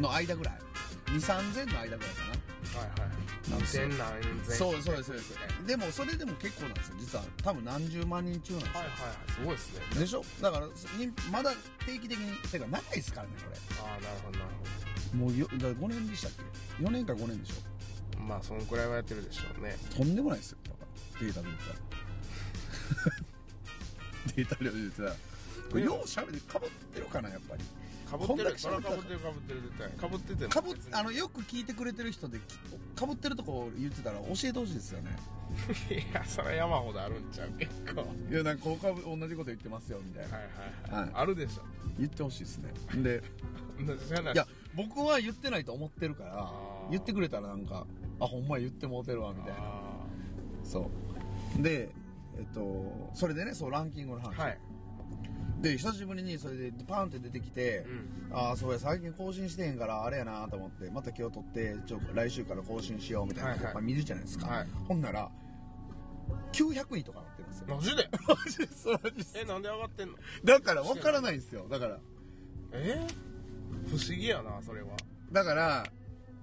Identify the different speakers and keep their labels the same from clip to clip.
Speaker 1: の間ぐらい23000の間ぐらいかな
Speaker 2: はい
Speaker 1: な
Speaker 2: は
Speaker 1: ん
Speaker 2: い
Speaker 1: ですよ
Speaker 2: 千何千
Speaker 1: そうそうですそうです
Speaker 2: みたいな
Speaker 1: でもそれでも結構なんですよ実は多分何十万人中なんですよ、
Speaker 2: はいはいはいすごいですね
Speaker 1: でしょだからそにまだ定期的にてか長いですからねこ
Speaker 2: ああなるほどなる
Speaker 1: れもうよだから5年でしたっけ4年か5年でしょ
Speaker 2: ほどまあそのくらいはやってるでしょうね
Speaker 1: とんでもないですよだからデータで言ったら データ量で言ったらこれようしゃべってかぶってるかなやっぱり
Speaker 2: かぶって
Speaker 1: こんだ
Speaker 2: る
Speaker 1: け
Speaker 2: それ
Speaker 1: 喋
Speaker 2: は
Speaker 1: った
Speaker 2: かぶってるかぶってる絶対かぶってても
Speaker 1: かぶっ
Speaker 2: 別に
Speaker 1: あのよく聞いてくれてる人できかぶってるとこ言ってたら教えてほしいですよね
Speaker 2: いやそれは山ほどあるんちゃう結構はい
Speaker 1: いやなんかこうかぶ同じこと言ってますよみたいな
Speaker 2: はい
Speaker 1: はい
Speaker 2: あるでしょ
Speaker 1: 言ってほしいですねで
Speaker 2: 同じ話
Speaker 1: いや 僕は言ってないと思ってるか
Speaker 2: あ
Speaker 1: ら
Speaker 2: ー
Speaker 1: 言ってくれたらなんかあほんま言ってもうてるわみたいな
Speaker 2: あ
Speaker 1: そうでえっとそれでねそうランキングの話、
Speaker 2: ーはい
Speaker 1: で久しぶりにそれでパンって出てきて、
Speaker 2: う
Speaker 1: ああそうや最近更新してへんからあれやなと思ってまた今日撮ってちょ来週から更新しようみたいな、
Speaker 2: はいはい
Speaker 1: やっぱ見るじゃないですか、
Speaker 2: はい
Speaker 1: ほんなら900位とかなってるんですよ
Speaker 2: マジで
Speaker 1: マジでそうマジです
Speaker 2: えなんで上がってんの
Speaker 1: だから分からないんですよだから
Speaker 2: えー不思議やなそれは
Speaker 1: だから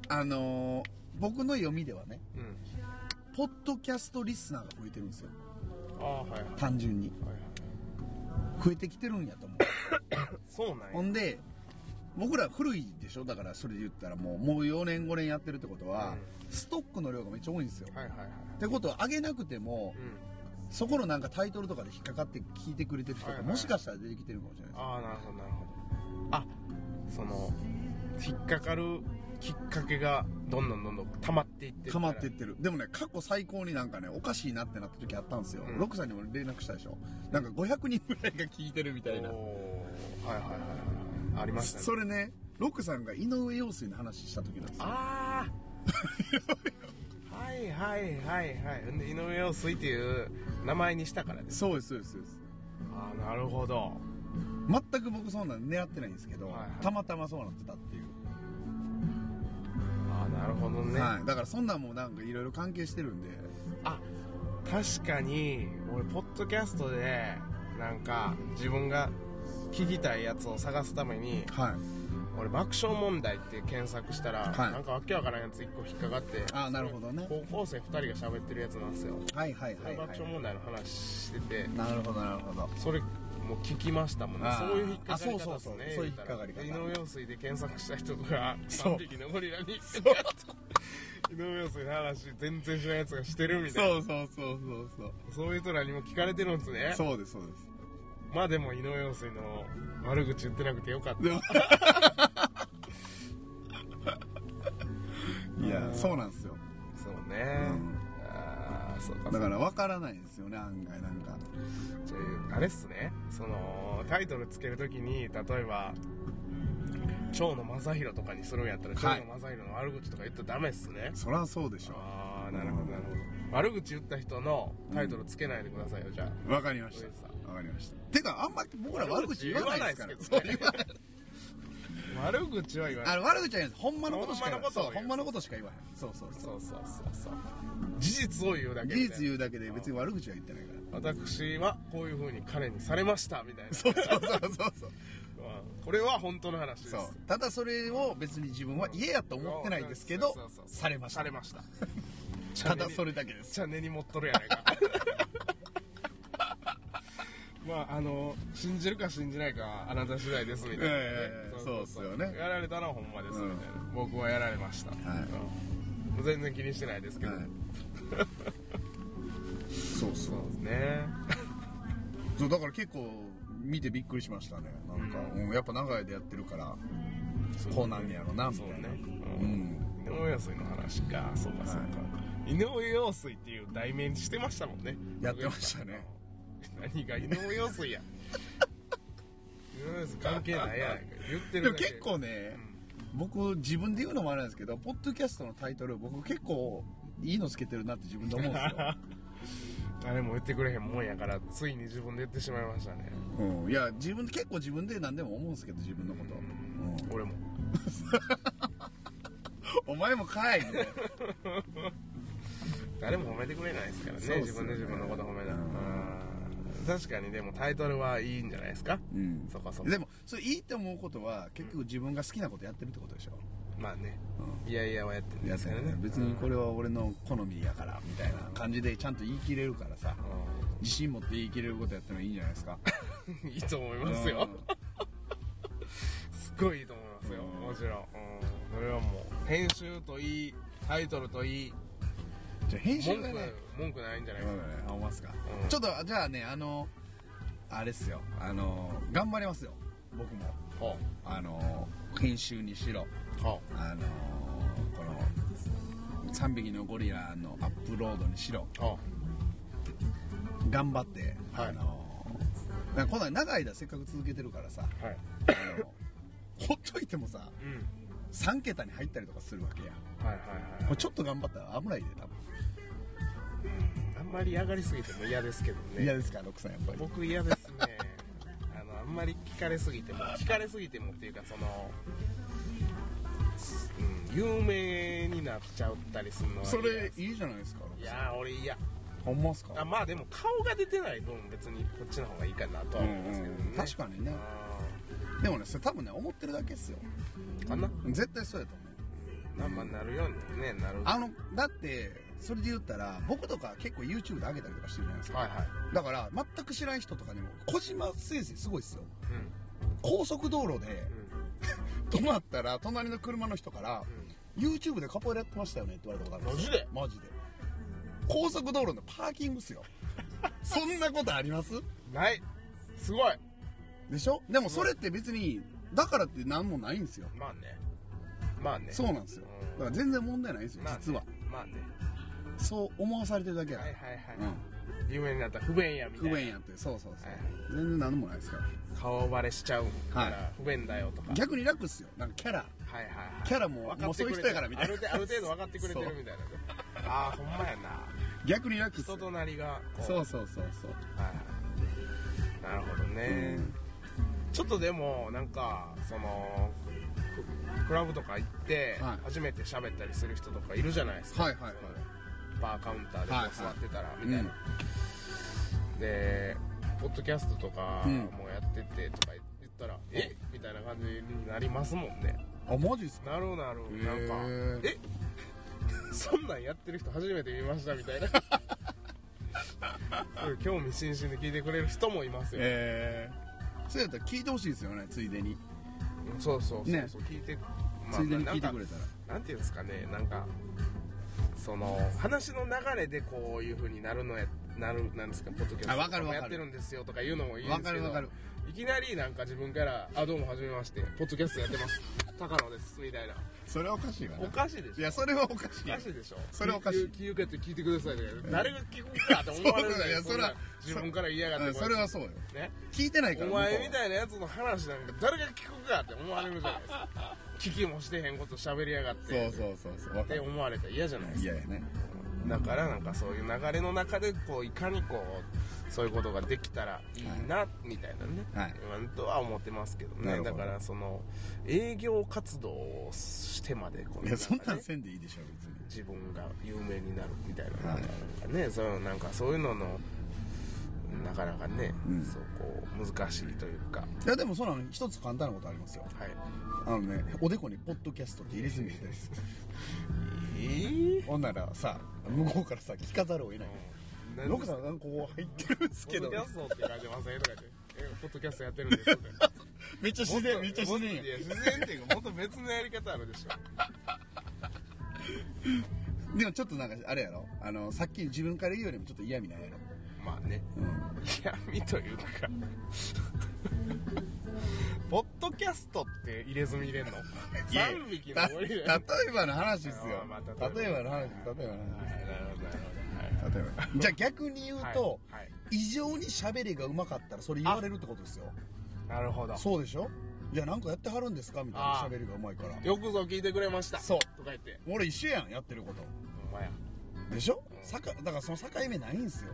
Speaker 1: あのー僕の読みではね
Speaker 2: うん
Speaker 1: ポッドキャストリスナーが増えてるんですよ
Speaker 2: ああはいはいはい
Speaker 1: 単純に
Speaker 2: はい
Speaker 1: 増えてきてるんやと思う
Speaker 2: そうなん
Speaker 1: ほ
Speaker 2: や
Speaker 1: んで僕ら古いでしょだからそれで言ったらもうもう4年5年やってるってことは、
Speaker 2: うん
Speaker 1: ストックの量がめっちゃ多いんですよ、
Speaker 2: はいはいはい
Speaker 1: ってことは上げなくても、
Speaker 2: うん
Speaker 1: そこのなんかタイトルとかで引っかかって聞いてくれてる人
Speaker 2: は
Speaker 1: が
Speaker 2: いはい
Speaker 1: もしかしたら出てきてるかもしれないです
Speaker 2: ああなるほどなるほどあその引っかかるきっかけがどんどんどんどん溜まっていってる
Speaker 1: 溜
Speaker 2: から
Speaker 1: まってってるでもね過去最高になんかねおかしいなってなった時あったんですよ、
Speaker 2: うん
Speaker 1: ロクさんにも連絡したでしょなんか500人ぐらいが聞いてるみたいな
Speaker 2: おーはいはいはいはいありましたね
Speaker 1: それねロクさんが井上陽水の話した時なんですよ
Speaker 2: あ あはいはいはいはいで井上陽水っていう名前にしたからです
Speaker 1: そうですそうですそうです
Speaker 2: ああなるほど
Speaker 1: 全く僕そんなん狙ってないんですけど、
Speaker 2: はいはい
Speaker 1: たまたまそうなってたっていう
Speaker 2: ああなるほどね、
Speaker 1: はい、だからそんなんもなんかいろいろ関係してるんで
Speaker 2: あ確かに俺ポッドキャストでなんか自分が聞きたいやつを探すために
Speaker 1: はい
Speaker 2: 俺爆笑問題って検索したら、
Speaker 1: はい
Speaker 2: なんかわけわからんやつ一個引っかかって
Speaker 1: あーなるほどね
Speaker 2: 高校生2人が喋ってるやつなんですよ、
Speaker 1: はいはいはいは
Speaker 2: 爆笑
Speaker 1: い
Speaker 2: 問題の話してて
Speaker 1: なるほどなるほど
Speaker 2: それもう聞きましたもんね
Speaker 1: あー
Speaker 2: そういう引っかかり方
Speaker 1: あ
Speaker 2: です
Speaker 1: そうそうそう
Speaker 2: ね
Speaker 1: そういう引っかかり方
Speaker 2: 言うたら井上陽水で検索した人が
Speaker 1: そう
Speaker 2: 3匹のゴリラに井上陽水の話全然知らんやつがしてるみたいな
Speaker 1: うそうそうそうそう
Speaker 2: そういう人らにも聞かれてるんですね
Speaker 1: そうですそうです
Speaker 2: まあでも井上陽水の悪口言ってなくてよかった
Speaker 1: でも いやそうなんですよ
Speaker 2: そうね、
Speaker 1: ん
Speaker 2: ああそうか
Speaker 1: だから分からないんですよね案外なんか
Speaker 2: じゃああれっすねそのタイトルつけるときに例えば蝶野正弘とかにするんやったら蝶
Speaker 1: はい
Speaker 2: 野正弘の悪口とか言ったらダメっすね、
Speaker 1: そらそうでしょ
Speaker 2: ああなるほどなるほど悪口言った人のタイトルつけないでくださいよじゃあ
Speaker 1: わかりました
Speaker 2: 上さ
Speaker 1: わかりましたてかあんま僕ら悪口言わないですから
Speaker 2: 悪口言わないですけどね悪口は言わ
Speaker 1: あ
Speaker 2: ない
Speaker 1: の悪口は言うんですほんまのことしか言わへん
Speaker 2: ほんまのことを
Speaker 1: そうほんまのことしか言わへんそうそうそう
Speaker 2: そうそうそうそう事実を言うだけ
Speaker 1: 事実言
Speaker 2: う
Speaker 1: うだけで別に悪口は言ってないから
Speaker 2: 私はこういうふうに彼にされましたみたいな
Speaker 1: そうそうそうそうそう
Speaker 2: うんこれは本当の話です
Speaker 1: そうただそれを別に自分は家やと思ってないですけど
Speaker 2: そうそうそうそう
Speaker 1: されまし
Speaker 2: さ
Speaker 1: た
Speaker 2: れました
Speaker 1: ただそれだけです
Speaker 2: チャンネルに持っとるやないか まああの信じるか信じないかあなた次第ですみたいな、
Speaker 1: いやいやいやそうっすよね
Speaker 2: やられたらほんまですみたいな、僕はやられました、
Speaker 1: い
Speaker 2: うん全然気にしてないですけど、
Speaker 1: はいそうそ
Speaker 2: そううですね
Speaker 1: そうだから結構見てびっくりしましたねなんか、うん、やっぱ長いでやってるからこうなんねやろなみ
Speaker 2: そう
Speaker 1: たい
Speaker 2: ね
Speaker 1: な、
Speaker 2: うん井上陽水の話かそうかそうか、井上陽水っていう題名にしてましたもんね
Speaker 1: やってましたね
Speaker 2: 何が井上陽水 や井上陽水関係ないやないか言って
Speaker 1: で
Speaker 2: る
Speaker 1: も
Speaker 2: だけ
Speaker 1: 結構ね、僕自分で言うのもあれなんですけどポッドキャストのタイトル僕結構いいのつけてるなって自分で思うんですよ、
Speaker 2: 誰も言ってくれへんもんやからついに自分で言ってしまいましたね
Speaker 1: うん、いや自分結構自分で何でも思うんですけど自分のこと、うん
Speaker 2: 俺も
Speaker 1: お前もかいみたいな
Speaker 2: 誰も褒めてくれないですからね
Speaker 1: そうっすよね
Speaker 2: 自分で自分のこと褒めない、
Speaker 1: うん
Speaker 2: あー確かにでもタイトルはいいんじゃないですか
Speaker 1: うん
Speaker 2: そこそこ
Speaker 1: でもそれいいって思うことは結局自分が好きなことやってるってことでしょ
Speaker 2: まあね、いやいやはやってるん
Speaker 1: いや
Speaker 2: です
Speaker 1: そう
Speaker 2: よ
Speaker 1: や
Speaker 2: ね
Speaker 1: ね別にこれは俺の好みやからみたいな感じでちゃんと言い切れるからさ自信持って言い切れることやったらいいんじゃないですか
Speaker 2: うん いいと思いますよ、 すっごいいいと思いますよ、
Speaker 1: うん
Speaker 2: もちろん、うん、それはもう編集といいタイトルといい
Speaker 1: うんじゃあ編集
Speaker 2: 文
Speaker 1: が
Speaker 2: 句
Speaker 1: ね
Speaker 2: ない文句ないんじゃない
Speaker 1: そ
Speaker 2: です
Speaker 1: うだ
Speaker 2: か、
Speaker 1: ね思いますか、
Speaker 2: うん
Speaker 1: ちょっとじゃあねあのあれっすよあの頑張りますよ僕も
Speaker 2: ほ
Speaker 1: あの編集にしろ
Speaker 2: うほ
Speaker 1: あのこの3匹のゴリラのアップロードにしろ
Speaker 2: うほ
Speaker 1: 頑張って、
Speaker 2: はい
Speaker 1: あのなんかこんなん長い間せっかく続けてるからさ
Speaker 2: うはい
Speaker 1: あの ほっといてもさ
Speaker 2: うん
Speaker 1: 3桁に入ったりとかするわけや
Speaker 2: はいはい
Speaker 1: こ
Speaker 2: は
Speaker 1: れちょっと頑張ったら危ないで多
Speaker 2: い
Speaker 1: 分
Speaker 2: あんまり嫌がりすぎても嫌ですけどね
Speaker 1: 嫌ですか六さんやっぱり
Speaker 2: 僕嫌ですね あのあんまり聞かれすぎても聞かれすぎてもっていうかその、うん、有名になっちゃったりするのは
Speaker 1: そ
Speaker 2: 嫌
Speaker 1: れ
Speaker 2: です
Speaker 1: いいじゃないですか
Speaker 2: い
Speaker 1: 六さん
Speaker 2: やー俺嫌
Speaker 1: ほんまっすか
Speaker 2: あまあでも顔が出てない分別にこっちの方がいいかなとは思いますけどね、
Speaker 1: うんうん確かにねでもねそれ多分ね思ってるだけっすよ
Speaker 2: にかな
Speaker 1: 絶対そうやと思う
Speaker 2: まあまあなるようにねなる
Speaker 1: あのだってそれで言ったら僕とか結構 YouTube で上げたりとかしてるじゃないですか
Speaker 2: はいはい
Speaker 1: だから全く知らん人とかにも小島先生すごいっすよ
Speaker 2: うん
Speaker 1: 高速道路で止まったら隣の車の人から「YouTube でカポエラやってましたよね」って言われたことあるんすよマジで高速道路のパーキングっすよそんなことあります
Speaker 2: うんないすごい
Speaker 1: でしょでもそれって別にだからって何もないんですよ
Speaker 2: まあねまあね
Speaker 1: そうなんですよだから全然問題ないんですよ
Speaker 2: まあね
Speaker 1: 実は
Speaker 2: まあね
Speaker 1: そう思わされてるだけや
Speaker 2: はい
Speaker 1: か
Speaker 2: はい
Speaker 1: ら
Speaker 2: はい、有名になったら不便やみ
Speaker 1: うん
Speaker 2: たいな
Speaker 1: 不便やってそうそうそ
Speaker 2: はいう
Speaker 1: 全然何もないですから
Speaker 2: 顔バレしちゃうか
Speaker 1: は
Speaker 2: ら不便だよとか、
Speaker 1: 逆に楽っすよなんかキャラ
Speaker 2: はいはいはい
Speaker 1: キャラも
Speaker 2: 分かってくれて
Speaker 1: もうそういう人やからみたい
Speaker 2: あ
Speaker 1: な
Speaker 2: る程度ある程度分かってくれて
Speaker 1: そう
Speaker 2: るみたいなねああほんまやな
Speaker 1: 逆に楽っす
Speaker 2: 人
Speaker 1: よ
Speaker 2: となりがこ
Speaker 1: そうそうそうそう
Speaker 2: はいなるほどね、ちょっとでもなんかそのククラブとか行って
Speaker 1: はい
Speaker 2: 初めて喋ったりする人とかいるじゃないですか、
Speaker 1: はいはいはい
Speaker 2: バーカウンターでこ
Speaker 1: はいはいう
Speaker 2: 座ってたらみたいな、でポッドキャストとか
Speaker 1: うん
Speaker 2: もやっててとか言ったら、えみたいな感じになりますもんね
Speaker 1: あマジっすか
Speaker 2: なるなる
Speaker 1: へ
Speaker 2: なんか
Speaker 1: ー
Speaker 2: え そんなんやってる人初めて見ましたみたいな そういう興味津々で聞いてくれる人もいますよ、
Speaker 1: えー、そうやったら聞いてほしいですよねついでに、
Speaker 2: そうそうそうそう、
Speaker 1: ね
Speaker 2: 聞いて、ま
Speaker 1: ついでに聞いて
Speaker 2: なん
Speaker 1: く
Speaker 2: か
Speaker 1: れたら
Speaker 2: なんていうんですかねなんかその話の流れでこういう風になるのやなるなんですかポッドキャ
Speaker 1: あわ
Speaker 2: ス
Speaker 1: か
Speaker 2: ト
Speaker 1: るわかる
Speaker 2: やってるんですよとか言うのもいいんで
Speaker 1: わ
Speaker 2: す
Speaker 1: か
Speaker 2: け
Speaker 1: る
Speaker 2: ど
Speaker 1: わかる
Speaker 2: いきなりなんか自分から「あどうもはじめましてポッドキャストやってます高野です」みたいな
Speaker 1: それはおかしいわ
Speaker 2: お
Speaker 1: な
Speaker 2: かしいでしょ
Speaker 1: いやそれはおかしい
Speaker 2: おかしいでしょ
Speaker 1: それおかしい
Speaker 2: 気を受けて聞いてくださいね誰が聞くかって思われる
Speaker 1: そうだよ
Speaker 2: よそん
Speaker 1: それは
Speaker 2: な自分から言いやがって
Speaker 1: うんそれはそうよ
Speaker 2: ね
Speaker 1: 聞いてないから
Speaker 2: お前み
Speaker 1: い
Speaker 2: たいなやつの話なんか誰が聞くかって思われるじゃないですか聞きもしてへんこと喋りやがって
Speaker 1: そうそうそうそうわ
Speaker 2: っ
Speaker 1: か
Speaker 2: て
Speaker 1: る
Speaker 2: 思われたら嫌じゃないです
Speaker 1: い
Speaker 2: か
Speaker 1: やいやね
Speaker 2: だからなんかそういう流れの中でこういかにこうそういうことができたらいいなみたいなね、
Speaker 1: はい
Speaker 2: 今とは思ってますけど
Speaker 1: な
Speaker 2: ね
Speaker 1: るほ
Speaker 2: だ
Speaker 1: ど
Speaker 2: からその営業活動をしてまでこう
Speaker 1: いやそん
Speaker 2: か
Speaker 1: な
Speaker 2: ね
Speaker 1: んせんでいいでしょ別に
Speaker 2: 自分が有名になるみたいな,、
Speaker 1: はい
Speaker 2: なんかねそうなんかそういうののなかなかね、
Speaker 1: うん
Speaker 2: そうこう難しいというか
Speaker 1: いやでもそんなの一つ簡単なことありますよ
Speaker 2: はい
Speaker 1: あのねおでこにポッドキャストって入れずにいたりする
Speaker 2: えー
Speaker 1: ほんならさ向こうからさ聞かざるを得ない
Speaker 2: なん
Speaker 1: ロクさんなんかここ入ってるんですけど
Speaker 2: ポッドキャストってやられてませんとか言ってえポッドキャストやってるんですとか言って
Speaker 1: めっちゃ自然めっちゃ自然や
Speaker 2: いや自然っていうかもっと別のやり方あるでしょ
Speaker 1: でもちょっとなんかあれやろあのさっき自分から言うよりもちょっと嫌味なんやろ
Speaker 2: まあね
Speaker 1: うん
Speaker 2: 闇と いうかポッドキャストって入れ墨入れんの
Speaker 1: いや
Speaker 2: 3匹のゴリラ
Speaker 1: た例えばの話ですよ、
Speaker 2: まあまあ
Speaker 1: 例
Speaker 2: 例
Speaker 1: え
Speaker 2: え
Speaker 1: ば
Speaker 2: ば
Speaker 1: の話例えばの
Speaker 2: はいなるほどなる
Speaker 1: 話例えばじゃあ逆に言う
Speaker 2: ほどはい
Speaker 1: と、
Speaker 2: はいはい
Speaker 1: 異常に喋りがうまかったらそれ言われるってことですよ
Speaker 2: なるほど
Speaker 1: そうでしょいやなんかやってはるんですかみたいな
Speaker 2: あー
Speaker 1: 喋りがうまいから
Speaker 2: よくぞ聞いてくれました
Speaker 1: そう
Speaker 2: とか言って
Speaker 1: 俺一緒やんやってること
Speaker 2: お前や
Speaker 1: でしょさかだからその境目ないんですよ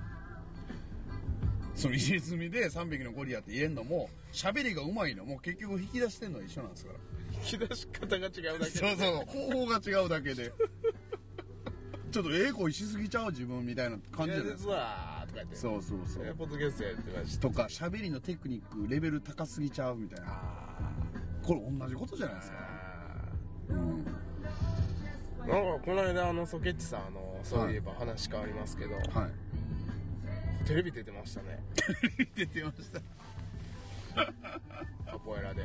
Speaker 1: その入れ墨で3匹のゴリラって入れんのも喋りがうまいのも結局引き出してんのは一緒なんですから
Speaker 2: 引き出し方が違うだけ
Speaker 1: そうそう方法が違うだけでちょっとええ声しすぎちゃう自分みたいな感じじゃないです
Speaker 2: 実
Speaker 1: か
Speaker 2: はとか言って
Speaker 1: そうそうそ
Speaker 2: えー
Speaker 1: う
Speaker 2: ポッドキャストやってました
Speaker 1: とか喋りのテクニックレベル高すぎちゃうみたいな
Speaker 2: あ
Speaker 1: これ同じことじゃないですか、
Speaker 2: あ
Speaker 1: うん、
Speaker 2: ーなんかこの間あのソケッチさんあのそういえば話変わりますけど、
Speaker 1: はい
Speaker 2: テレビ出てましたね
Speaker 1: 出てました
Speaker 2: カポエラで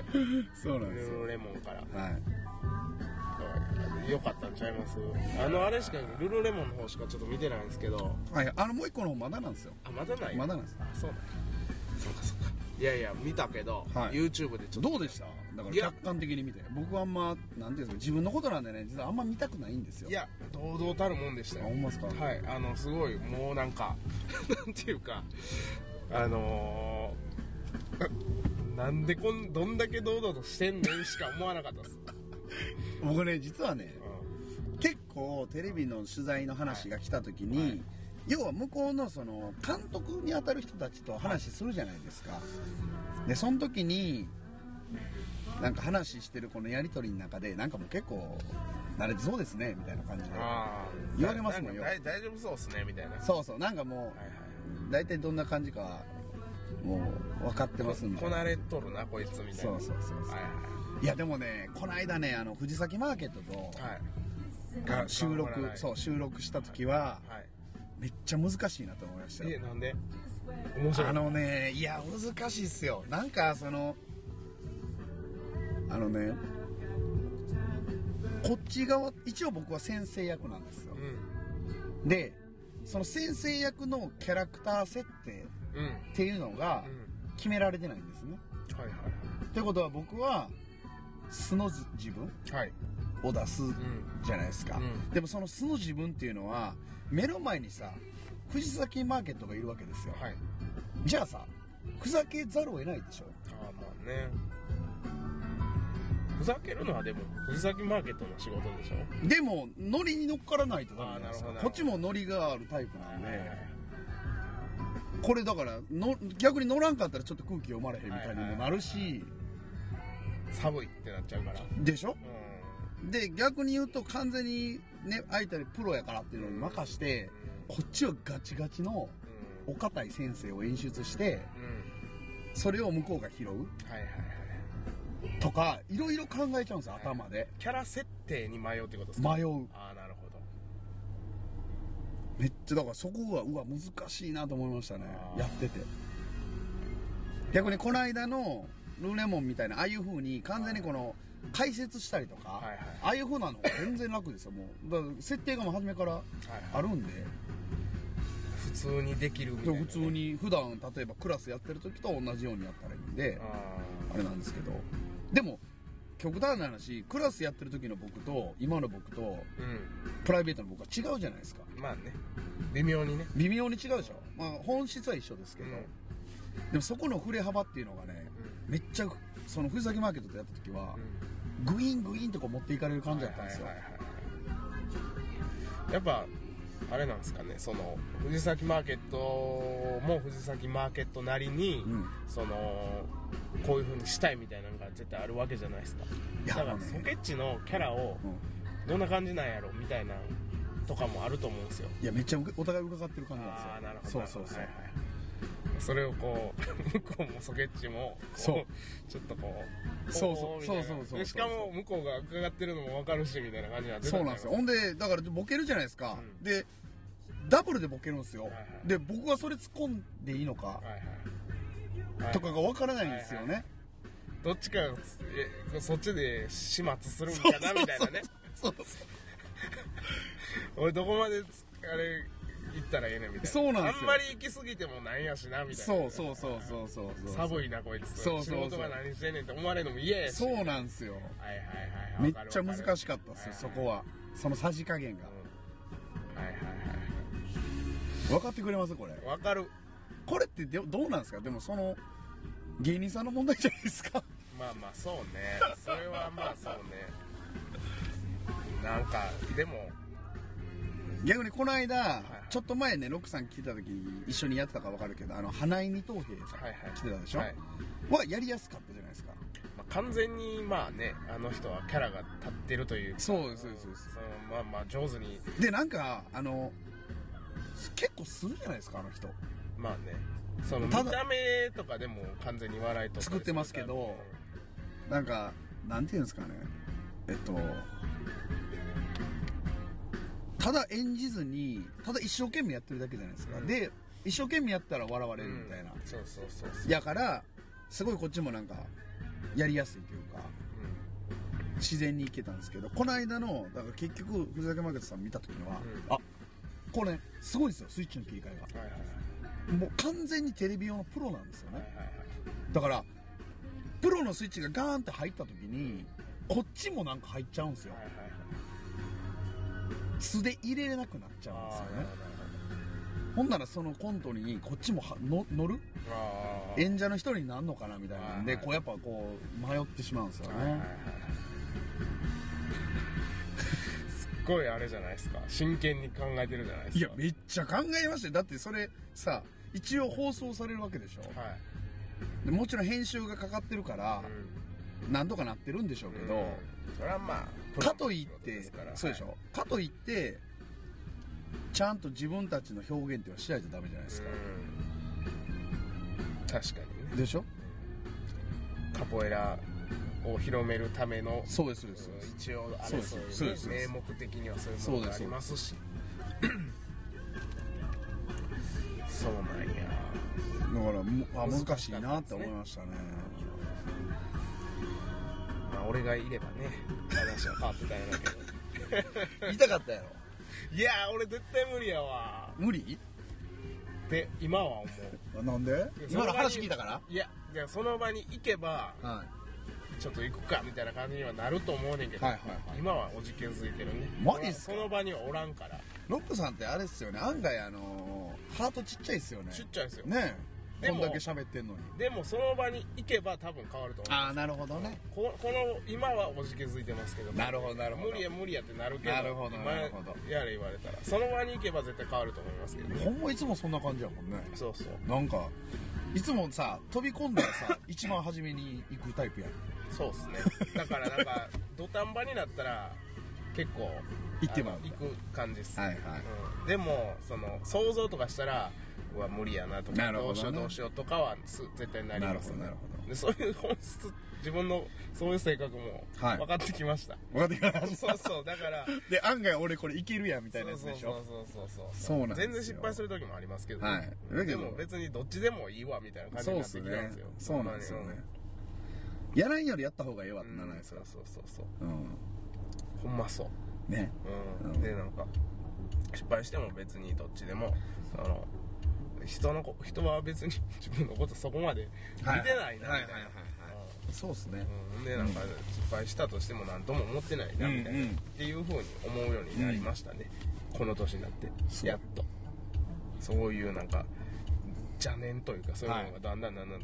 Speaker 1: そうなんです
Speaker 2: ル
Speaker 1: よ
Speaker 2: ルレモンから
Speaker 1: はい
Speaker 2: よかったんちゃいますあのあれしかルルレモンの方しかちょっと見てないんですけど
Speaker 1: はい、あのもう一個の方まだなんですよ
Speaker 2: あまだない
Speaker 1: まだなんです
Speaker 2: あそうなんそうかそうかいやいや見たけど、
Speaker 1: はい
Speaker 2: YouTube でちょっと
Speaker 1: どうでしただか
Speaker 2: い
Speaker 1: ら
Speaker 2: や
Speaker 1: 客観的に見て僕はあんまなんていうんですか自分のことなんでね実はあんま見たくないんですよ
Speaker 2: いや堂々たるもんでしたよ
Speaker 1: あほんまですか、
Speaker 2: はいあのすごいもうなんか なんていうかあのー、なんでこんどんだけ堂々としてんねんしか思わなかったです、
Speaker 1: 僕ね実はね結構テレビの取材の話が来た時に、
Speaker 2: はい
Speaker 1: 要は向こうのその監督に当たる人たちと話するじゃないですかでその時になんか話してるこのやり取りの中でなんかもう結構慣れてそうですねみたいな感じで
Speaker 2: あー
Speaker 1: 言われますもんよ
Speaker 2: だ大丈夫そうっすねみたいなはい
Speaker 1: そうそうなんかも
Speaker 2: はいう
Speaker 1: 大体どんな感じかはもう分かってますんで
Speaker 2: こなれとるなこいつみたい
Speaker 1: そ
Speaker 2: な
Speaker 1: うそうそうそう
Speaker 2: はい
Speaker 1: いやでもねこの間ねあの藤崎マーケットと
Speaker 2: はい
Speaker 1: が収録
Speaker 2: はい
Speaker 1: そう収録した時は
Speaker 2: はい
Speaker 1: めっちゃ難しいなと思いましたよ
Speaker 2: えなんで面白い
Speaker 1: あのねいや難しいっすよなんかそのあのねこっち側一応僕は先生役なんですよ
Speaker 2: うん
Speaker 1: でその先生役のキャラクター設定
Speaker 2: うん
Speaker 1: っていうのが
Speaker 2: うん
Speaker 1: 決められてないんですね
Speaker 2: はいは
Speaker 1: ってことは僕は素の自分
Speaker 2: いはい
Speaker 1: を出す
Speaker 2: うん
Speaker 1: じゃないですか、
Speaker 2: うん
Speaker 1: でもその素の自分っていうのは目の前にさ藤崎マーケットがいるわけですよ、
Speaker 2: はい
Speaker 1: じゃあさふざけざるを得ないでしょ
Speaker 2: ああまあねふざけるのはでも藤崎マーケットの仕事でしょ
Speaker 1: でもノリに乗っからないとダメじゃないですか
Speaker 2: あーなるほどなるほど
Speaker 1: こっちもノリがあるタイプなんで、これだからの逆に乗らんかったらちょっと空気読まれへんみたいにもなるし、
Speaker 2: 寒いってなっちゃうから
Speaker 1: でしょ
Speaker 2: う
Speaker 1: で逆に言うと完全にね相手にプロやからっていうのに任してこっちはガチガチの
Speaker 2: ん
Speaker 1: お堅い先生を演出して
Speaker 2: うんうん
Speaker 1: それを向こうが拾う
Speaker 2: はいはいはい
Speaker 1: とかいろいろ考えちゃうんですよ頭で
Speaker 2: キャラ設定に迷うってことですか
Speaker 1: 迷う
Speaker 2: ああなるほど
Speaker 1: めっちゃだからそこはうわ難しいなと思いましたね
Speaker 2: あー
Speaker 1: やってて逆にこの間のルーレモンみたいなああいう風に完全にこの解説したりとか、
Speaker 2: はいはい
Speaker 1: ああいう風なのが全然楽ですよもうだから設定がもう初めから
Speaker 2: はいはい
Speaker 1: あるんで
Speaker 2: 普通にできるみたいな
Speaker 1: 普通に普段例えばクラスやってる時と同じようにやったらいいんで
Speaker 2: あ
Speaker 1: あれなんですけどでも極端な話クラスやってる時の僕と今の僕と
Speaker 2: あうん
Speaker 1: プライベートの僕は違うじゃないですか
Speaker 2: まあね微妙にね
Speaker 1: 微妙に違うでしょ、まあ、本質は一緒ですけど、
Speaker 2: う
Speaker 1: でもそこの振れ幅っていうのがね
Speaker 2: ん
Speaker 1: めっちゃその藤崎マーケットとやった時はグイングインとこう持っていかれる感じだったんですよ、
Speaker 2: はいはいはいはいやっぱあれなんですかねその藤崎マーケットも藤崎マーケットなりに、
Speaker 1: うん
Speaker 2: そのこういう風にしたいみたいなのが絶対あるわけじゃないですか
Speaker 1: い
Speaker 2: だ
Speaker 1: や
Speaker 2: から
Speaker 1: もう
Speaker 2: ソ
Speaker 1: ね
Speaker 2: ケッチのキャラを
Speaker 1: うん
Speaker 2: どんな感じなんやろみたいなとかもあると思うんですよ
Speaker 1: いやめっちゃうかお互い伺ってる感じなんですよ
Speaker 2: ああなるほど
Speaker 1: そうそうそう、
Speaker 2: はいはいそれをこう 向こうもソケッチもこ
Speaker 1: そう
Speaker 2: ちょっとこう
Speaker 1: そうそう
Speaker 2: おーみたいな
Speaker 1: そうそうそうそう
Speaker 2: でしかも向こうが伺ってるのも分かるしみたいな感じになってた
Speaker 1: そうなんですよほんでだからボケるじゃないですか、
Speaker 2: うん
Speaker 1: でダブルでボケるんですよ、
Speaker 2: いはい
Speaker 1: で僕はそれ突っ込んでいいのか
Speaker 2: はいはい
Speaker 1: とかがわからないんですよね、
Speaker 2: はいはいどっちかえそっちで始末するんかなみたいなね
Speaker 1: そうそう
Speaker 2: 俺どこまでつあれ行ったらええねんみたいな
Speaker 1: そうなんですよ
Speaker 2: あんまり行き過ぎてもなんやしなみたいな
Speaker 1: そうそうそうそうそうそう
Speaker 2: 寒いなこいつ
Speaker 1: そうそうそう
Speaker 2: 仕事が何してんねんって思われるのも嫌やし
Speaker 1: そうなんですよ
Speaker 2: はいはいはい
Speaker 1: めっちゃ難
Speaker 2: わかるわかる
Speaker 1: しかったですよそこ
Speaker 2: は
Speaker 1: はそのさじ加減が
Speaker 2: いはいはい
Speaker 1: 分かってくれますこれ
Speaker 2: はいわかる
Speaker 1: これってでどうなんですかでもその芸人さんの問題じゃないですか
Speaker 2: まあまあそうねそれはまあそうねなんかでも
Speaker 1: 逆にこの間、
Speaker 2: い
Speaker 1: ちょっと前ねロックさん来てた時に一緒にやってたか分かるけどあの花井二等兵
Speaker 2: はいはい
Speaker 1: 来てたでしょ、
Speaker 2: はい
Speaker 1: はやりやすかったじゃないですか
Speaker 2: まあ、完全にまあねあの人はキャラが立ってるというか
Speaker 3: そうですそうですそうです
Speaker 2: そのまあまあ上手に
Speaker 1: でなんかあの結構するじゃないですかあの人
Speaker 2: まあねその見
Speaker 1: た
Speaker 2: た
Speaker 1: だ
Speaker 2: 目とかでも完全に笑いと
Speaker 1: 作ってますけどなんかなんていうんですかねえっとただ演じずにただ一生懸命やってるだけじゃないですか、
Speaker 2: うん
Speaker 1: で一生懸命やったら笑われるみたいな、
Speaker 2: そうそうそうそう
Speaker 1: やからすごいこっちもなんかやりやすいというか自然にいけたんですけどこの間のだから結局藤崎マーケットさん見た時には、
Speaker 2: うん
Speaker 1: あこれすごいですよスイッチの切り替え
Speaker 2: うんはいはいはい
Speaker 1: がもう完全にテレビ用のプロなんですよ
Speaker 2: はい
Speaker 1: ね
Speaker 2: はいはい
Speaker 1: だからプロのスイッチがガーンって入った時にこっちもなんか入っちゃうんですよ
Speaker 2: はいはいはい
Speaker 1: 素で入れれなくなっちゃうんです
Speaker 2: あ
Speaker 1: よ
Speaker 2: あなる
Speaker 1: ね
Speaker 2: ほどなる
Speaker 1: ほんならそのコントにこっちもはの乗る
Speaker 2: ほどああ
Speaker 1: 演者の一人になんのかなみたいなんで
Speaker 2: はいはい
Speaker 1: こうやっぱこう迷ってしまうんですよ
Speaker 2: はいはいはい
Speaker 1: ね
Speaker 2: すっごいあれじゃないですか真剣に考えてるじゃないですか
Speaker 1: いやめっちゃ考えましたよだってそれさ一応放送されるわけでしょ
Speaker 2: はい、
Speaker 1: でもちろん編集がかかってるから何とかなってるんでしょうけど、
Speaker 2: うんそれはまあ
Speaker 1: かといって
Speaker 2: ですから
Speaker 1: そうでしょ、
Speaker 2: はい
Speaker 1: かといってちゃんと自分たちの表現っていうのはしないとダメじゃないですか、
Speaker 2: うん確かにね
Speaker 1: でしょ
Speaker 2: カポエラを広めるための
Speaker 1: そうですそうですそううんです
Speaker 2: 一応あ
Speaker 1: そう
Speaker 2: れ
Speaker 1: です
Speaker 2: そう
Speaker 1: そう
Speaker 2: い
Speaker 1: です
Speaker 2: う
Speaker 1: そうで
Speaker 2: ね
Speaker 1: す
Speaker 2: 名目的にはそういうものがありますしそうなんや
Speaker 1: だからむあ
Speaker 2: 難しかっ
Speaker 1: 難
Speaker 2: たです
Speaker 1: しい
Speaker 2: ね
Speaker 1: なって思いましたね
Speaker 2: まあ俺がいればね話は変わってたんやろうけど
Speaker 1: 言いたかったやろ
Speaker 2: いやー俺絶対無理やわ
Speaker 1: 無理
Speaker 2: って今は思
Speaker 1: あなんで
Speaker 2: う
Speaker 1: 今の話聞いたから
Speaker 2: いやじゃあその場に行けば
Speaker 1: は
Speaker 2: ちょっと行くかみたいな感じにはなると思うねんけど、
Speaker 1: はいはいはい
Speaker 2: 今はおじけづいてるね
Speaker 1: マジっすか
Speaker 2: その場にはおらんから
Speaker 1: いロックさんってあれっすよね案外あのーハートちっちゃいっすよね
Speaker 2: ちっちゃいですよ、
Speaker 1: ねえ
Speaker 2: で
Speaker 1: こん
Speaker 2: も
Speaker 1: だけ喋ってんのに
Speaker 2: でもその場に行けば多分変わると思う
Speaker 1: ああなるほどね
Speaker 2: ここの今はおじけづいてますけど
Speaker 1: なるほどなるほど
Speaker 2: 無理や無理やってなるけど
Speaker 1: なるほど
Speaker 2: 今
Speaker 1: なるほど
Speaker 2: やれ言われたらその場に行けば絶対変わると思いますけどね
Speaker 1: ほんまいつもそんな感じやもんね
Speaker 2: そうそう
Speaker 1: なんかいつもさ飛び込んだら さ一番初めに行くタイプやん
Speaker 2: そうっすねだからなんか土壇場になったら結構
Speaker 1: 行ってまう
Speaker 2: あの行く感じっす、
Speaker 1: はいはい
Speaker 2: うんでもその想像とかしたらうわ無理やなとか
Speaker 1: なるほど
Speaker 2: うしよう
Speaker 1: ね
Speaker 2: どうしようとかはす絶対なりますね
Speaker 1: なるほどなるほ
Speaker 2: でそういう本質自分のそういう性格も
Speaker 1: はい
Speaker 2: 分かってきま した、
Speaker 1: 分かってきまし
Speaker 2: そうそうだから
Speaker 1: で案外俺これいけるやんみたいなやつ
Speaker 2: そう
Speaker 1: でし
Speaker 2: そ
Speaker 1: ょ
Speaker 2: うそうそう
Speaker 1: そうなんですよ
Speaker 2: 全然失敗する時もありますけど、
Speaker 1: はいだけ
Speaker 2: で
Speaker 1: ど
Speaker 2: も別にどっちでもいいわみたいな感じになってきたんですよ
Speaker 1: そうなんですよねやらんよりやった方がええわっ
Speaker 2: う
Speaker 1: て
Speaker 2: ん
Speaker 1: ならないです
Speaker 2: そ
Speaker 1: か
Speaker 2: うそうそうそう
Speaker 1: うん
Speaker 2: ほんまそう
Speaker 1: ね
Speaker 2: うん、でなんか失敗しても別にどっちでもその人のこ人は別に 自分のことそこまで見てないなみたいな、
Speaker 1: はいはいはいはいそうっすね
Speaker 2: うん、でなんか失敗したとしても何とも思ってないなみたいな、
Speaker 1: うんうん
Speaker 2: っていう風に思うようになりましたね、この年になって
Speaker 1: そう
Speaker 2: やっとそういうなんか邪念というかそういうのがだんだんだんだん、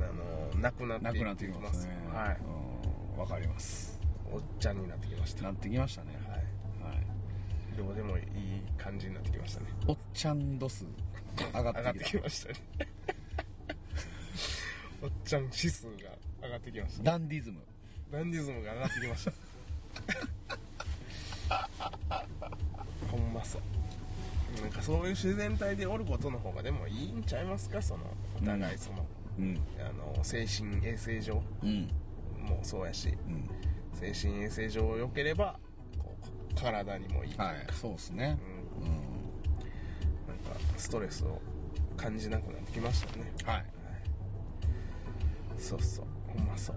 Speaker 2: あのなくなっ
Speaker 1: な
Speaker 2: て
Speaker 1: くな
Speaker 2: い
Speaker 1: って
Speaker 2: き
Speaker 1: き
Speaker 2: ま
Speaker 1: ます
Speaker 2: す
Speaker 1: ね
Speaker 2: はい、
Speaker 1: うんわかります
Speaker 2: おっちゃんになってきました、
Speaker 1: な
Speaker 2: は
Speaker 1: ってきましたね
Speaker 2: い、
Speaker 1: はい
Speaker 2: どうでもいい感じになってきましたね
Speaker 1: おっちゃん度数上が
Speaker 2: 上がっ
Speaker 1: ってて
Speaker 2: き
Speaker 1: き
Speaker 2: ましたね おっちゃん指数が上がってきました
Speaker 1: たダンディズム
Speaker 2: ダンディズムが上がってきました ほんまそうなんかそういう自然体でおることの方がでもいいんちゃいますかそのお互いその,、
Speaker 1: うん
Speaker 2: あの精神衛生上
Speaker 1: うん
Speaker 2: もそうやし
Speaker 1: うん
Speaker 2: 精神衛生上良ければこうこ体にもいいというか、
Speaker 1: はいそうっすね
Speaker 2: う
Speaker 1: うん
Speaker 2: ん、なんかストレスを感じなくなってきましたね
Speaker 1: はい
Speaker 2: そうそうほんまそう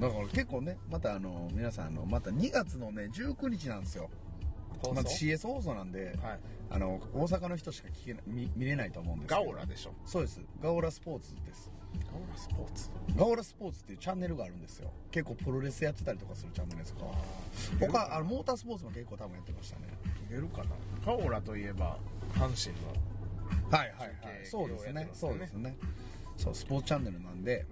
Speaker 1: だから結構ねまたあの皆さんあのまた2月のね19日なんですよ
Speaker 2: 放
Speaker 1: また CS 放送なんで、
Speaker 2: はい
Speaker 1: あの大阪の人しか聞けな見見れないと思うんですけ
Speaker 2: ガ
Speaker 1: ど
Speaker 2: オラでしょ
Speaker 1: そうですガオラスポーツです
Speaker 2: ガオラスポーツ
Speaker 1: ガオラスポーツっていうチャンネルがあるんですよ結構プロレスやってたりとかするチャンネルですから他あのモータースポーツも結構多分やってましたね
Speaker 2: 出るかなガオラといえば阪神の
Speaker 1: はいはいはい
Speaker 2: 中継
Speaker 1: そうですね
Speaker 2: いろ
Speaker 1: そ
Speaker 2: いろ
Speaker 1: う
Speaker 2: や
Speaker 1: で
Speaker 2: ってます
Speaker 1: すねそうスポーツチャンネルなんで、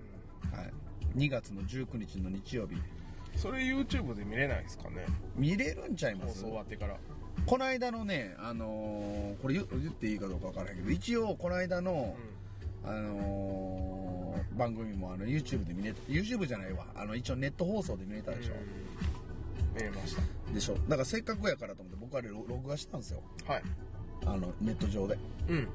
Speaker 1: はい、2月の19日の日曜日
Speaker 2: それ YouTube で見れないですかね
Speaker 1: 見れるんちゃいま
Speaker 2: 放
Speaker 1: す
Speaker 2: 送終わってから
Speaker 1: この間のね、あのーこれ言言っていいかどうかわからないけど一応この間の、あのの番組もあの YouTube で見れた YouTube じゃないわあの一応ネット放送で見れたでしょ、
Speaker 2: 見えまし
Speaker 1: でしょだからせっかくやからと思って僕あれろ録画したんですよ
Speaker 2: たはい
Speaker 1: あのネット上で
Speaker 2: うん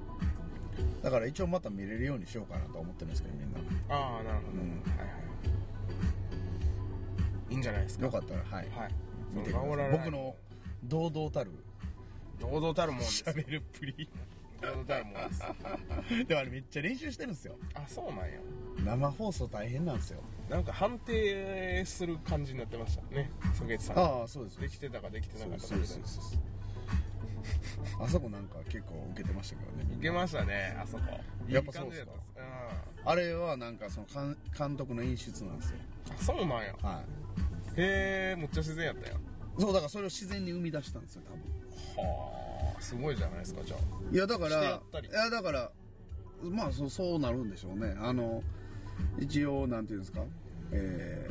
Speaker 1: だから一応また見れるようにしようかなと思ってるんですけどみんな
Speaker 2: ああなるほど、
Speaker 1: うん
Speaker 2: はいはいいいんじゃないですか
Speaker 1: よかったらはい、
Speaker 2: はい
Speaker 1: 見てくだ
Speaker 2: 守
Speaker 1: さ
Speaker 2: ら
Speaker 1: い
Speaker 2: ない
Speaker 1: 僕の堂々たる
Speaker 2: 堂々たるもんです
Speaker 1: 喋るっぷり
Speaker 2: 堂々たるもんです
Speaker 1: でもあれめっちゃ練習してるんですよ
Speaker 2: あそうなんや
Speaker 1: 生放送大変なんですよ
Speaker 2: なんか判定する感じになってましたねソゲツさん
Speaker 1: ああそうです
Speaker 2: できてたかできてなかったか
Speaker 1: そう
Speaker 2: み
Speaker 1: で
Speaker 2: たい
Speaker 1: す
Speaker 2: な
Speaker 1: そうですあそこなんか結構受けてましたけどね
Speaker 2: いけましたねあそこ
Speaker 1: やっぱそうで
Speaker 2: いい感じや
Speaker 1: すか
Speaker 2: った
Speaker 1: あれはなんかその監監督の演出なんですよ
Speaker 2: ですうんあそうなんやへ
Speaker 1: は
Speaker 2: えむっちゃ自然やったやん
Speaker 1: いそうだからそれを自然に生み出したんですよ多分
Speaker 2: はあすごいじゃないですかじゃあ
Speaker 1: いやだか
Speaker 2: してや
Speaker 1: ら
Speaker 2: ったり
Speaker 1: いやだからまあそうそうなるんでしょうねあの一応なんていうんですかえ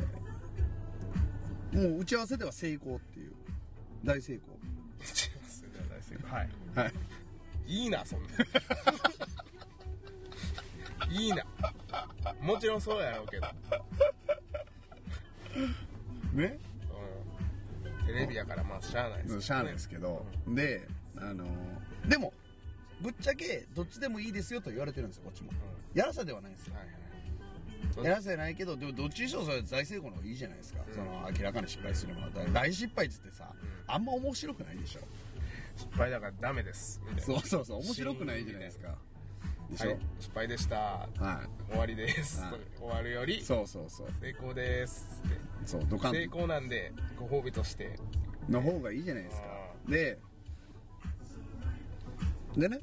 Speaker 1: ー、もう打ち合わせでは成功っていう大成功
Speaker 2: はい
Speaker 1: はい
Speaker 2: いいなそんないいなもちろんそうやろうけど、
Speaker 1: ね
Speaker 2: うん、テレビやからまあしゃあないです
Speaker 1: しゃあないですけど、であのでもぶっちゃけどっちでもいいですよと言われてるんですよこっちもやらせではないんですよ
Speaker 2: はいはい
Speaker 1: やらせじゃないけどでもどっちにしろそれ大成功の方がいいじゃないですか、その明らかに失敗するものだから大失敗っつってさ、あんま面白くないでしょ
Speaker 2: 失敗だからダメですみたいな
Speaker 1: そうそうそう面白くないじゃないですかでしょ
Speaker 2: はい、失敗でした
Speaker 1: はい、
Speaker 2: 終わりです、
Speaker 1: はい
Speaker 2: 終わるより
Speaker 1: そうそうそう
Speaker 2: 成功ですっ
Speaker 1: そうドカ
Speaker 2: て成
Speaker 1: ン
Speaker 2: 功なんでご褒美として
Speaker 1: の方がいいじゃないですかででね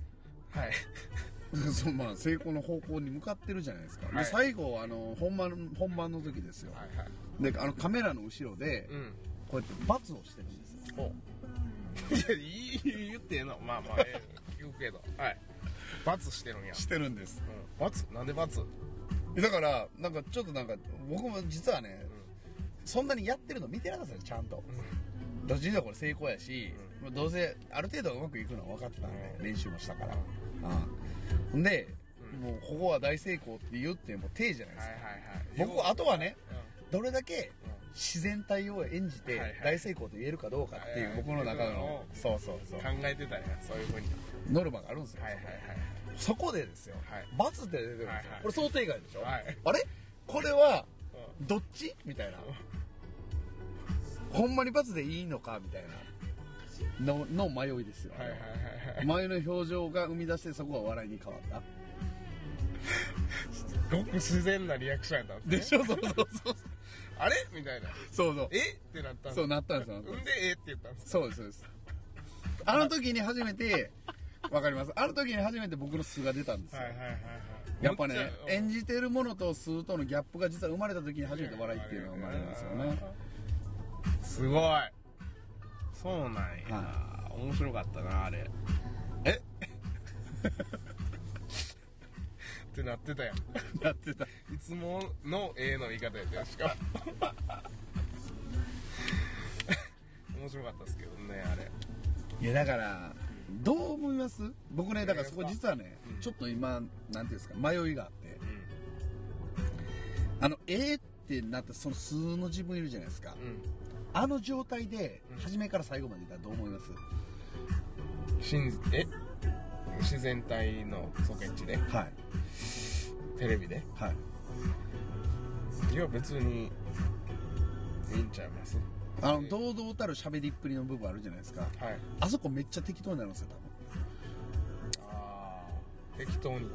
Speaker 2: はい
Speaker 1: そうまあ成功の方向に向かってるじゃないですか、
Speaker 2: はい
Speaker 1: で最後あの本番本番の時ですよ、
Speaker 2: はいはい
Speaker 1: であのカメラの後ろで
Speaker 2: うん
Speaker 1: こうやって罰をしてるんですよ
Speaker 2: ほういやいい言ってええのまあ まあええ言うけどはい罰してるんや、
Speaker 1: してるんです
Speaker 2: うん、罰なんで罰
Speaker 1: だからなんかちょっとなんか僕も実はね、そんなにやってるの見てなかったんですよちゃんと、どっちにしろこれ成功やし、もうどうせある程度うまくいくのは分かってたんで、
Speaker 2: うん
Speaker 1: 練習もしたから、うんで、もうここは大成功って言っても手じゃないで
Speaker 2: は
Speaker 1: す
Speaker 2: いは
Speaker 1: か、
Speaker 2: いはい
Speaker 1: 僕はあとはね
Speaker 2: うん
Speaker 1: どれだけ自然体を演じて
Speaker 2: はいはい
Speaker 1: 大成功と言えるかどうかってい
Speaker 2: は
Speaker 1: う
Speaker 2: いはい
Speaker 1: 僕の中
Speaker 2: 自分
Speaker 1: の
Speaker 2: の
Speaker 1: そうそうそう
Speaker 2: 考えてたんやそういうふうに
Speaker 1: ノルマがあるんですよ、
Speaker 2: はいはいはい
Speaker 1: そこでですよ、
Speaker 2: はい
Speaker 1: 罰って出てるんですよ、
Speaker 2: はいはい
Speaker 1: これ想定外でしょ、
Speaker 2: はい
Speaker 1: あれこれはどっちみたいなほんまに罰でいいのかみたいなのの迷いですよ、
Speaker 2: はいはいはいはい
Speaker 1: 前の表情が生み出してそこは笑いに変わった
Speaker 2: ごく自然なリアクションやったんですね
Speaker 1: でしょそうそうそう
Speaker 2: あれみたいな
Speaker 1: そうそう
Speaker 2: えってなったん
Speaker 1: そうなったんですよなったん
Speaker 2: ん
Speaker 1: で
Speaker 2: ですえって言ったんです
Speaker 1: そうですそうですあの時に初めてわかりますあの時に初めて僕の素が出たんですよ、
Speaker 2: はいはいはいはい
Speaker 1: やっぱね
Speaker 2: もちゃ
Speaker 1: 演じてるものと素とのギャップが実は生まれた時に初めて笑いっていうのが生まれるんですよね
Speaker 2: すごいそうなんや、
Speaker 1: は
Speaker 2: 面白かったなあれえってなってたやんい
Speaker 1: やってた
Speaker 2: つもの A の言い方やったよしかも面白かったですけどねあれ
Speaker 1: いやだからどう思います僕ねだからそこ実はねちょっと今なんていうんですか迷いがあってあのえー、ってなったその数の自分いるじゃないですか
Speaker 2: うんうん
Speaker 1: あの状態で初めから最後までいたらどう思います
Speaker 2: しんえ自然体のソケッチで
Speaker 1: はい
Speaker 2: テレビで
Speaker 1: はい
Speaker 2: いや別にいいんちゃいます
Speaker 1: あの堂々たる喋りっぷりの部分あるじゃないですか
Speaker 2: はい
Speaker 1: あそこめっちゃ適当になるんですよ
Speaker 2: ああ適当に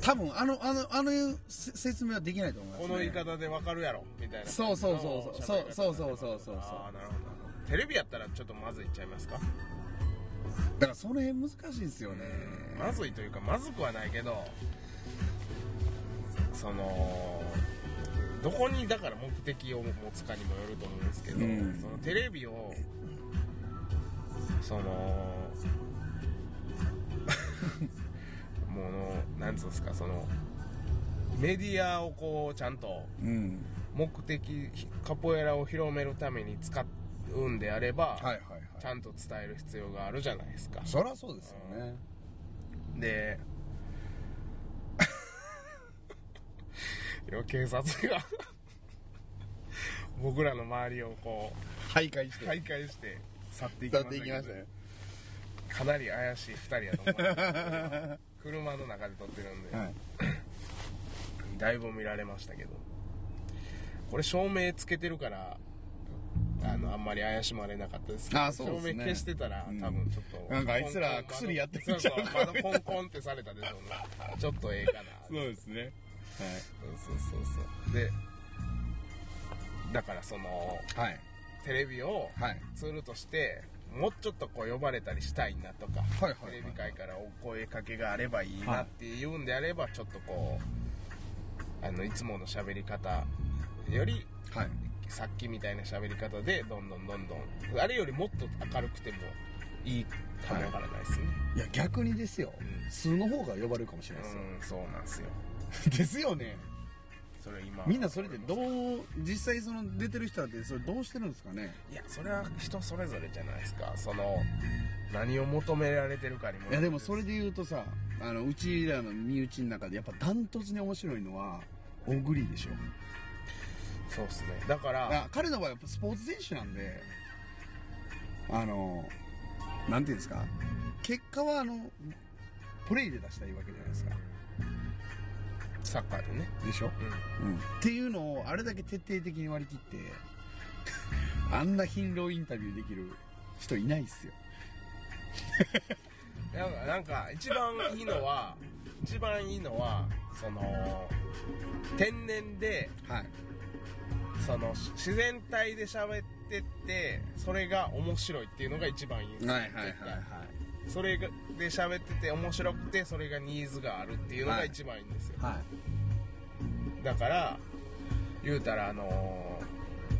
Speaker 1: 多分多分あのあのあのせ説明はできないと思います、ね、
Speaker 2: この言い方でわかるやろみたいな
Speaker 1: そうそうそうそうそうそうそうそうそう
Speaker 2: ああなるほどなるほどテレビやったらちょっとまずいっちゃいますか
Speaker 1: だからその辺難しいですよね
Speaker 2: まずいというかまずくはないけどそのどこにだから目的を持つかにもよると思うんですけど、
Speaker 1: うん
Speaker 2: そのテレビをその もうなんつうんですかそのメディアをこうちゃんと
Speaker 1: うん
Speaker 2: 目的カポエラを広めるために使うんであれば、
Speaker 1: はいはい
Speaker 2: ち
Speaker 1: はい
Speaker 2: ゃんと伝える必要があるじゃないですか
Speaker 1: そりゃそうですよね
Speaker 2: で今警察が僕らの周りをこ
Speaker 1: 徘徊し
Speaker 2: う
Speaker 1: て、
Speaker 2: 徘徊して去っていき
Speaker 1: 歌
Speaker 2: ま
Speaker 1: っ
Speaker 2: した
Speaker 1: ていきましたね
Speaker 2: かなり怪しい2人やと思います 車の中で撮ってるんで、
Speaker 1: はい
Speaker 2: だいぶ見られましたけどこれ照明つけてるからあのあんまり怪しまれなかったですけど
Speaker 1: あそうですね
Speaker 2: 照明消してたら、
Speaker 1: うん
Speaker 2: 多分ちょっと
Speaker 1: なんかあいつら薬やってんちゃう
Speaker 2: そうそうまだコンコンってされたでしょう ねちょっとええかな
Speaker 1: そうですね
Speaker 2: そうそうそうそうでだからその
Speaker 1: はいはい
Speaker 2: テレビを
Speaker 1: はい
Speaker 2: ツールとしてもうちょっとこう呼ばれたりしたいなとか、
Speaker 1: はいはいはい
Speaker 2: テレビ界からお声かけがあればいいなっていうんであれば、ちょっとこうあのいつもの喋り方より
Speaker 1: はい
Speaker 2: さっきみたいな喋り方でどんどんどんどんあれよりもっと明るくてもいいかもわからないですね、
Speaker 1: いや逆にですよ、
Speaker 2: うん
Speaker 1: 数の方が呼ばれるかもしれないですよ、
Speaker 2: うんそうなんですよ
Speaker 1: ですよね
Speaker 2: それ今
Speaker 1: みんなそれでどう実際その出てる人だってそれどうしてるんですかね
Speaker 2: いやそれは人それぞれじゃないですかその何を求められてるかにもよる
Speaker 1: いやでもそれで言うとさあのうちらの身内の中でやっぱダントツに面白いのは小栗でしょ
Speaker 2: そうっすねだから
Speaker 1: あ彼の場合はスポーツ選手なんであのなんていうんですか結果はあのプレーで出したいわけじゃないですか
Speaker 2: サッカーでね、
Speaker 1: でしょ、うん、っていうのをあれだけ徹底的に割り切って あんな勤労インタビューできる人いないっすよ
Speaker 2: うん、なんかなんか一番いいのは一番いいのはその天然で
Speaker 1: はい
Speaker 2: その自然体で喋ってってそれが面白いっていうのが一番いいんですよ絶対それがで喋ってて面白くてそれがニーズがあるっていうのが一番いいんですよ、
Speaker 1: はい
Speaker 2: だから言うたらあのー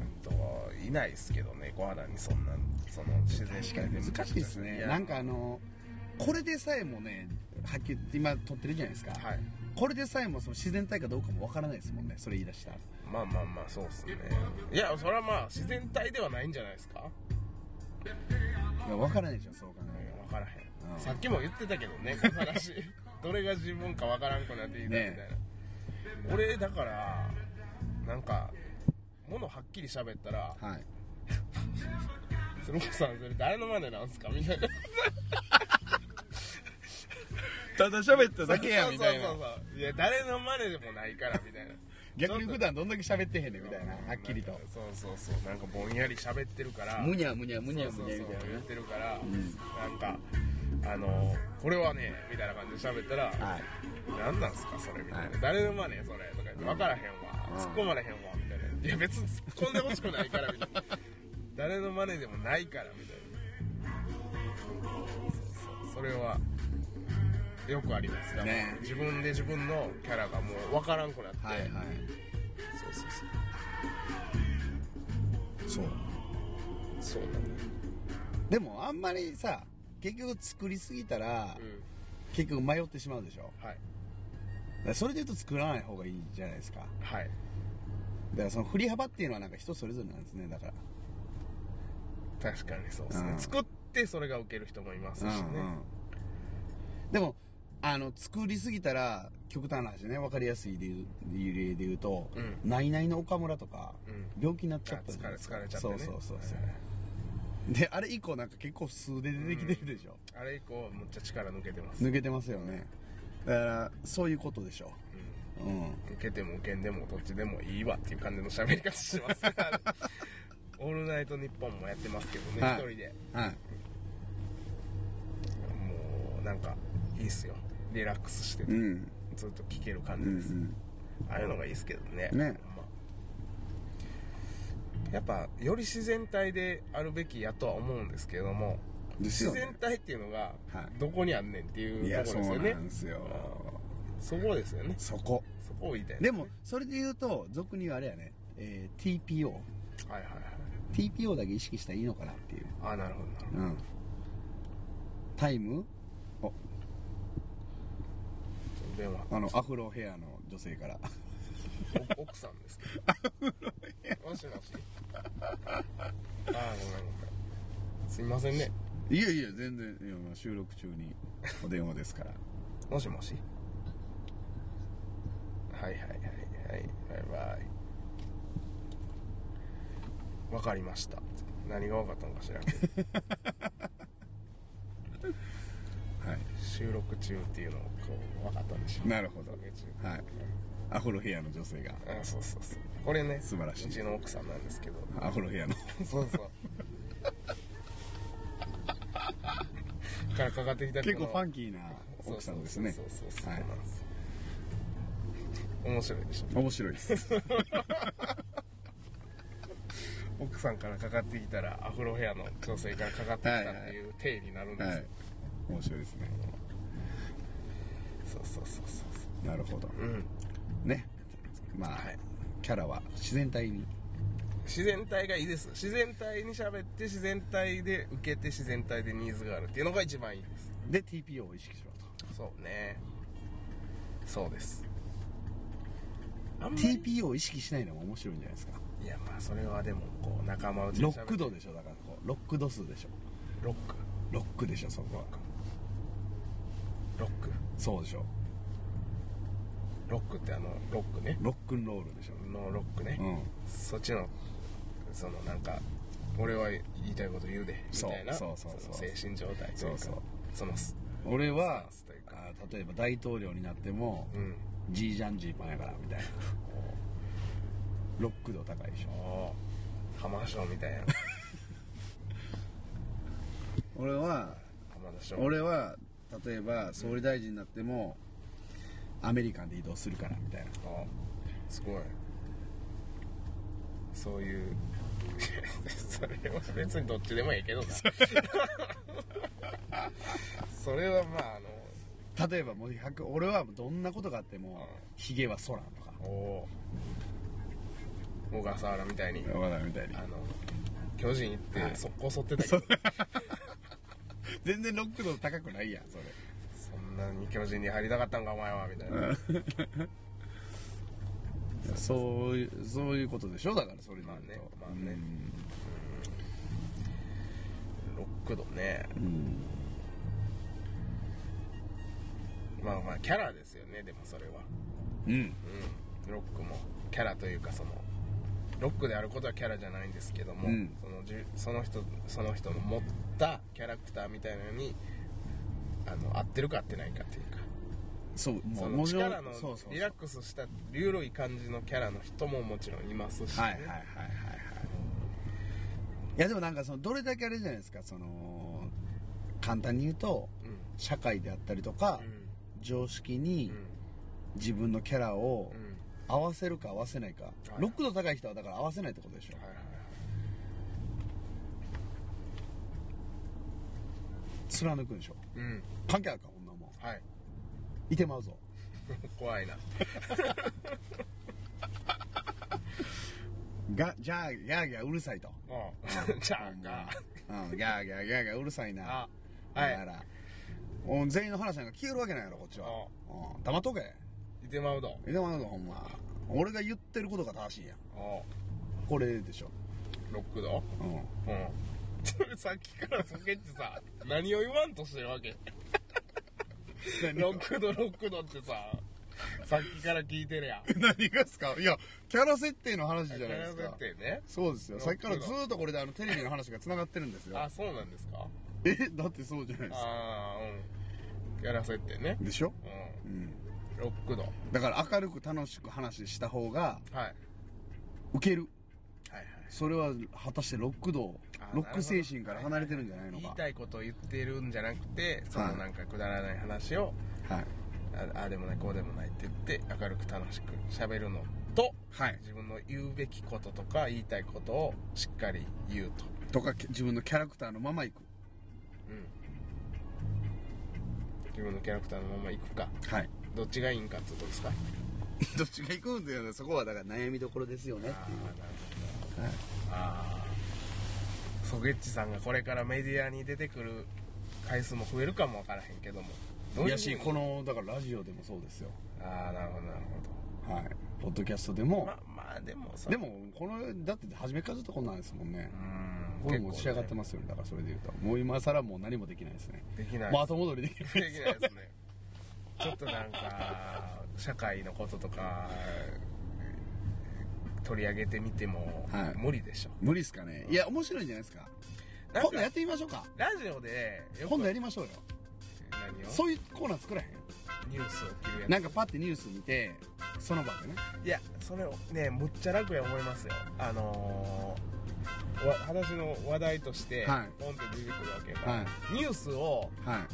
Speaker 2: うんといないですけどね小肌にそんなその自然
Speaker 1: 確かに難しいですね
Speaker 2: や
Speaker 1: なんかあのこれでさえもねはっきり言って今撮ってるじゃないですか、
Speaker 2: はい
Speaker 1: これでさえもその自然体かどうかもわからないですもんねそれ言い出したら
Speaker 2: まあまあまあそうっすねいやそれはまあ自然体ではないんじゃないですか
Speaker 1: いやわからないでしょそう考え
Speaker 2: 分からへん、
Speaker 1: うん
Speaker 2: さっきも言ってたけどねこの話 どれが自分か分からんくなっていいなみたいな、
Speaker 1: ね
Speaker 2: 俺だからなんかものはっきり喋ったら
Speaker 1: たらはい
Speaker 2: 「鶴子さんそれ誰のマネなんすか?」みたいな
Speaker 1: ただ喋った
Speaker 2: そうそうそうそういや誰のマネでもないからみたいな
Speaker 1: 逆に普段どんだけ喋ってへん ねんみたいなはっきりと
Speaker 2: そうそうそうなんかぼんやり喋ってるから
Speaker 1: むにゃむにゃむにゃむ
Speaker 2: そう
Speaker 1: に
Speaker 2: そ
Speaker 1: ゃ
Speaker 2: う
Speaker 1: みたい
Speaker 2: そう
Speaker 1: な
Speaker 2: 言っ
Speaker 1: ね
Speaker 2: てるから、
Speaker 1: ん
Speaker 2: なんかあのこれはねみたいな感じで喋ったら、
Speaker 1: はい
Speaker 2: 何なんすかそれみたいな、
Speaker 1: はい
Speaker 2: 誰のマネそれとか言って分からへんわ、
Speaker 1: うん
Speaker 2: 突っ込まれへんわみたいないや別に突っ込んでほしくないからみたいな誰のマネでもないからみたいなそうそうそれはよくありますね
Speaker 1: ね
Speaker 2: 自分で自分のキャラがもう分からんくなって、
Speaker 1: はいはい
Speaker 2: そうそうそう
Speaker 1: そう
Speaker 2: そうなんだね
Speaker 1: でもあんまりさ結局作りすぎたら、
Speaker 2: う
Speaker 1: 結局迷ってしまうでしょ
Speaker 2: んはい
Speaker 1: だからそれで言うと作らない方がいいじゃないですかだ
Speaker 2: はい
Speaker 1: からその振り幅っていうのはなんか人それぞれなんですねだから
Speaker 2: 確かにそうですね、
Speaker 1: うん
Speaker 2: 作ってそれが受ける人もいますしね、
Speaker 1: うん、でもあの作りすぎたら極端な話ね分かりやすい例で言う例で言うと
Speaker 2: うん
Speaker 1: ナイナイの岡村とか、
Speaker 2: うん
Speaker 1: 病気になっちゃ
Speaker 2: あ
Speaker 1: ったじ
Speaker 2: 疲
Speaker 1: ゃない
Speaker 2: れ
Speaker 1: ですか
Speaker 2: 疲れちゃってね
Speaker 1: そうそうそうそう、
Speaker 2: はい
Speaker 1: であれ以降なんか結構素で出てきてるでしょ、
Speaker 2: あれ以降むっちゃ力抜けてます、
Speaker 1: 抜けてますよねだからそういうことでしょ
Speaker 2: う
Speaker 1: うん
Speaker 2: ん、受けても受けんでもどっちでもいいわっていう感じの喋り方してますからオールナイトニッポンもやってますけどね一、
Speaker 1: はい
Speaker 2: 人で
Speaker 1: はい
Speaker 2: もうなんかいいっすよリラックスしてて、
Speaker 1: うん
Speaker 2: ずっと聞ける感
Speaker 1: うんう
Speaker 2: じです、
Speaker 1: ん
Speaker 2: ああいうのがいいっすけどね
Speaker 1: ね
Speaker 2: ほんまやっぱより自然体であるべきやとは思うんですけども
Speaker 1: です
Speaker 2: 自
Speaker 1: よね
Speaker 2: 然体っていうのが
Speaker 1: はい
Speaker 2: どこにあんねんっていう
Speaker 1: いや
Speaker 2: とこ
Speaker 1: そ
Speaker 2: ろですよ
Speaker 1: う
Speaker 2: ね、
Speaker 1: なんですよ
Speaker 2: そこですよね
Speaker 1: そこ
Speaker 2: そこを言いたい
Speaker 1: でもそれで言うと俗に言うあれやね、えー TPO
Speaker 2: はいはいはい
Speaker 1: TPO だけ意識したらいいのかなっていう
Speaker 2: ああなるほどなる
Speaker 1: うんタイムお
Speaker 2: ほど電話
Speaker 1: あのアフロヘアの女性から
Speaker 2: お奥さんです けどもしもしああごめんごめんすいませんね
Speaker 1: いやいや全然いやまあ収録中にお電話ですから
Speaker 2: もしもしはいはいはいはいバイバイわかりました何が分かったのか知らんけ ど
Speaker 1: はい
Speaker 2: 収録中っていうのをこう分かったでしょ
Speaker 1: なるほど
Speaker 2: 収録中
Speaker 1: はいアフロヘアの女性が
Speaker 2: あそうそうそうこれね
Speaker 1: 素晴らしいう
Speaker 2: ちの奥さんなんですけど
Speaker 1: アフロヘアの
Speaker 2: そうそうからかかってきた
Speaker 1: 結構ファ
Speaker 2: ン
Speaker 1: ンキーな奥さんですね
Speaker 2: そうそうそうそう
Speaker 1: はい
Speaker 2: そうなんですよ面白いでしょ
Speaker 1: 面白いです
Speaker 2: 奥さんからかかってきたらアフロヘアの女性からかかってきたっていう体になるんですよ、
Speaker 1: はい面白いですね
Speaker 2: そうそうそうそうそ
Speaker 1: なるほど
Speaker 2: ううん
Speaker 1: ねまあ、
Speaker 2: はい
Speaker 1: キャラは自然体に
Speaker 2: 自然体がいいです自然体に喋って自然体で受けて自然体でニーズがあるっていうのが一番いいです
Speaker 1: で TPO を意識しろと
Speaker 2: そうねそうですあんまり
Speaker 1: TPO を意識しないのも面白いんじゃないですか
Speaker 2: いやまあそれはでもこう仲間内
Speaker 1: ロック
Speaker 2: ド
Speaker 1: 度でしょだからこうロック度数でしょ
Speaker 2: ロック
Speaker 1: ロックでしょそこは
Speaker 2: ロック
Speaker 1: そうでしょ
Speaker 2: ロックってあのロックね
Speaker 1: ロックンロールでしょ
Speaker 2: のロックね、
Speaker 1: うん
Speaker 2: そっちのそのなんか俺は言いたいこと言うでみ
Speaker 1: そう
Speaker 2: たいな
Speaker 1: そうそうそう
Speaker 2: の精神状態というか
Speaker 1: そうそう
Speaker 2: そのす
Speaker 1: 俺は
Speaker 2: スタンスというか
Speaker 1: あー例えば大統領になっても
Speaker 2: うん
Speaker 1: ジージャンジーパンやからみたいなロック度高いでしょ
Speaker 2: ああ浜田賞みたいな
Speaker 1: 俺は
Speaker 2: 浜田賞
Speaker 1: 俺は例えば総理大臣になってもアメリカンで移動するからみたいな
Speaker 2: あすごいそういう それは別にどっちでもいいけどなそれはまああ
Speaker 1: 例えばもう100俺はどんなことがあってもヒゲはソランとか
Speaker 2: のおお小笠原みたいに
Speaker 1: わかみたいに
Speaker 2: あの巨人行っ
Speaker 1: は
Speaker 2: て
Speaker 1: い
Speaker 2: 速攻襲ってたけど、
Speaker 1: 全然ロック度高くないやんそれ
Speaker 2: そんなに巨人に入りたかったんかお前はみたいな、
Speaker 1: そういうそういうことでしょだからそれになると
Speaker 2: まあねまあねロック度ね
Speaker 1: うんうん
Speaker 2: まあまあキャラですよねでもそれは
Speaker 1: うん
Speaker 2: うんロックもキャラというかそのロックであることはキャラじゃないんですけども、
Speaker 1: うん
Speaker 2: そのじゅその人その人の持ったキャラクターみたいなのにあの合ってるか合ってないかっていうか
Speaker 1: そうも
Speaker 2: そうの
Speaker 1: もちろん
Speaker 2: 力の
Speaker 1: そうそうそう
Speaker 2: リラックスした流ロい感じのキャラの人ももちろんいますし、ね
Speaker 1: はいはいはいはいはいいやでもなんかそのどれだけあれじゃないですかその簡単に言うと
Speaker 2: うん
Speaker 1: 社会であったりとか、
Speaker 2: う
Speaker 1: 常識に
Speaker 2: ん
Speaker 1: 自分のキャラを
Speaker 2: うんうん
Speaker 1: 合わせるか合わせないか、
Speaker 2: い
Speaker 1: ロック度高い人はだから合わせないってことでしょ、
Speaker 2: はいはい
Speaker 1: 貫くんでしょ
Speaker 2: はいうん
Speaker 1: 関係あるかこんなもん
Speaker 2: はい
Speaker 1: いてまうぞ
Speaker 2: 怖いな
Speaker 1: がじゃあギャーギャーうるさいと、
Speaker 2: うんじゃあが
Speaker 1: うん、ギャーギャーギャーギャーうるさいな
Speaker 2: あは
Speaker 1: だか
Speaker 2: い
Speaker 1: らうん全員の話なんか聞けるわけないやろこっちは、うん、黙っとけ
Speaker 2: いてまうど
Speaker 1: いてまうぞほんま俺が言ってることが正しいやん
Speaker 2: う
Speaker 1: これでしょ、
Speaker 2: んロック度
Speaker 1: うん、
Speaker 2: う ん。 それさっきからポケッチさ、何を言わんとしてるわけロックドロックドってさ、さっきから聞いてるやん。
Speaker 1: 何がですかいやキャラ設定の話じゃないです
Speaker 2: だ
Speaker 1: か
Speaker 2: ってね。
Speaker 1: そうですよ
Speaker 2: ロ
Speaker 1: さっ
Speaker 2: ッ
Speaker 1: き
Speaker 2: ク
Speaker 1: か
Speaker 2: だ
Speaker 1: らずーっとこれであのテレビの話がつながってるんですよ
Speaker 2: あ、そうなんですか
Speaker 1: えだってそうじゃないですか
Speaker 2: ああ、うん。キャラ設定ね。
Speaker 1: でしょ、
Speaker 2: う
Speaker 1: うん、
Speaker 2: ん。ロックド。はい。
Speaker 1: だから明るく楽しく話した方が
Speaker 2: はい
Speaker 1: ウケる
Speaker 2: はい。
Speaker 1: それは果たしてロック道
Speaker 2: あ
Speaker 1: ロック精神から離れてるんじゃない
Speaker 2: 言
Speaker 1: の
Speaker 2: い
Speaker 1: か
Speaker 2: たいことを言ってるんじゃなくて、その
Speaker 1: はい
Speaker 2: なんかくだらない話を、
Speaker 1: はい
Speaker 2: ああでもないこうでもないって言って明るく楽しく喋るのと、
Speaker 1: はい
Speaker 2: 自分の言うべきこととか言いたいことをしっかり言うと、
Speaker 1: とかき自分のキャラクターのままいく
Speaker 2: うん、自分のキャラクターのまま行くか
Speaker 1: はい
Speaker 2: どっちがいいんかってことですか
Speaker 1: どっちがいくんだよねそこはだから悩みどころですよね
Speaker 2: ああなるほどああソゲッチさんがこれからメディアに出てくる回数も増えるかもわからへんけどもどう
Speaker 1: い
Speaker 2: いう
Speaker 1: や
Speaker 2: ふう
Speaker 1: し
Speaker 2: に
Speaker 1: このだからラジオでもそうですよ
Speaker 2: ああなるほどなる
Speaker 1: はいポッドキャストで
Speaker 2: ほど
Speaker 1: も
Speaker 2: まあまあでもさ
Speaker 1: でもこのだって初めからずっとこんなんですもんね
Speaker 2: うん
Speaker 1: これもう仕上がって
Speaker 2: ま
Speaker 1: ますよねだからそれでいうともう今更もう何もできないですね
Speaker 2: すできない
Speaker 1: もう後戻りできな
Speaker 2: で
Speaker 1: い
Speaker 2: きないですねちょっとなんか社会のこととか取り上げてみても
Speaker 1: はい
Speaker 2: 無理でしょ、
Speaker 1: 無理っすか ねいや面白いんじゃないですか
Speaker 2: なんか
Speaker 1: 今度やってみましょうか
Speaker 2: ラジオでよく
Speaker 1: 今度やりましょうよ
Speaker 2: 何を
Speaker 1: そういうコーナー作らへん
Speaker 2: ニュースを切るやつ
Speaker 1: なんかパッてニュース見てその場でね
Speaker 2: いやそれをねむっちゃ楽や思いますよあのー、わ話の話題として、
Speaker 1: はい
Speaker 2: ポンって出てくるわけが、
Speaker 1: は
Speaker 2: ニュースを
Speaker 1: いは
Speaker 2: なんか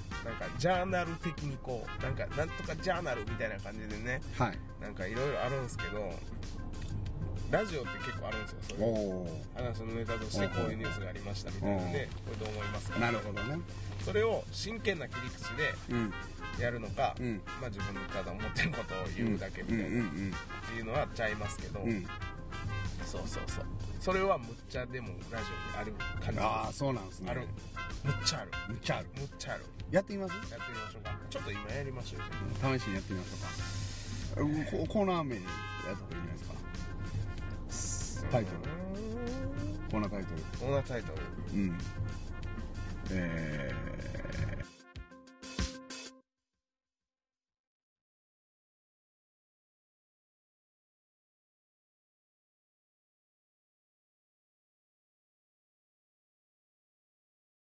Speaker 2: ジャーナル的にこうなんかなんとかジャーナルみたいな感じでね
Speaker 1: いはい
Speaker 2: なんかいろいろあるんですけどラジオって結構あるんですよそう
Speaker 1: お
Speaker 2: いう
Speaker 1: お
Speaker 2: 話のネタとしてこういうニュースがありましたみたいなんでこれどう思いますか
Speaker 1: なるほどね
Speaker 2: それを真剣な切り口
Speaker 1: うん
Speaker 2: でやるのか、
Speaker 1: うん
Speaker 2: まあ、自分のただ思ってることを言うだけみたいな、
Speaker 1: うんうん
Speaker 2: っていうのはちゃいますけど、
Speaker 1: うんうん
Speaker 2: そうそうそうそれはむっちゃでもラジオにある感じです
Speaker 1: ああそうなんですね
Speaker 2: あるむっちゃある
Speaker 1: むっちゃある
Speaker 2: むっちゃある
Speaker 1: やってみます
Speaker 2: やってみましょうかちょっと今やりましょうよじゃ
Speaker 1: 試しにやってみましょうかこコーナー名やった方がいいんじゃないですか
Speaker 2: あ
Speaker 1: タイトルコーナータイトル
Speaker 2: オーナータイトル
Speaker 1: うんえー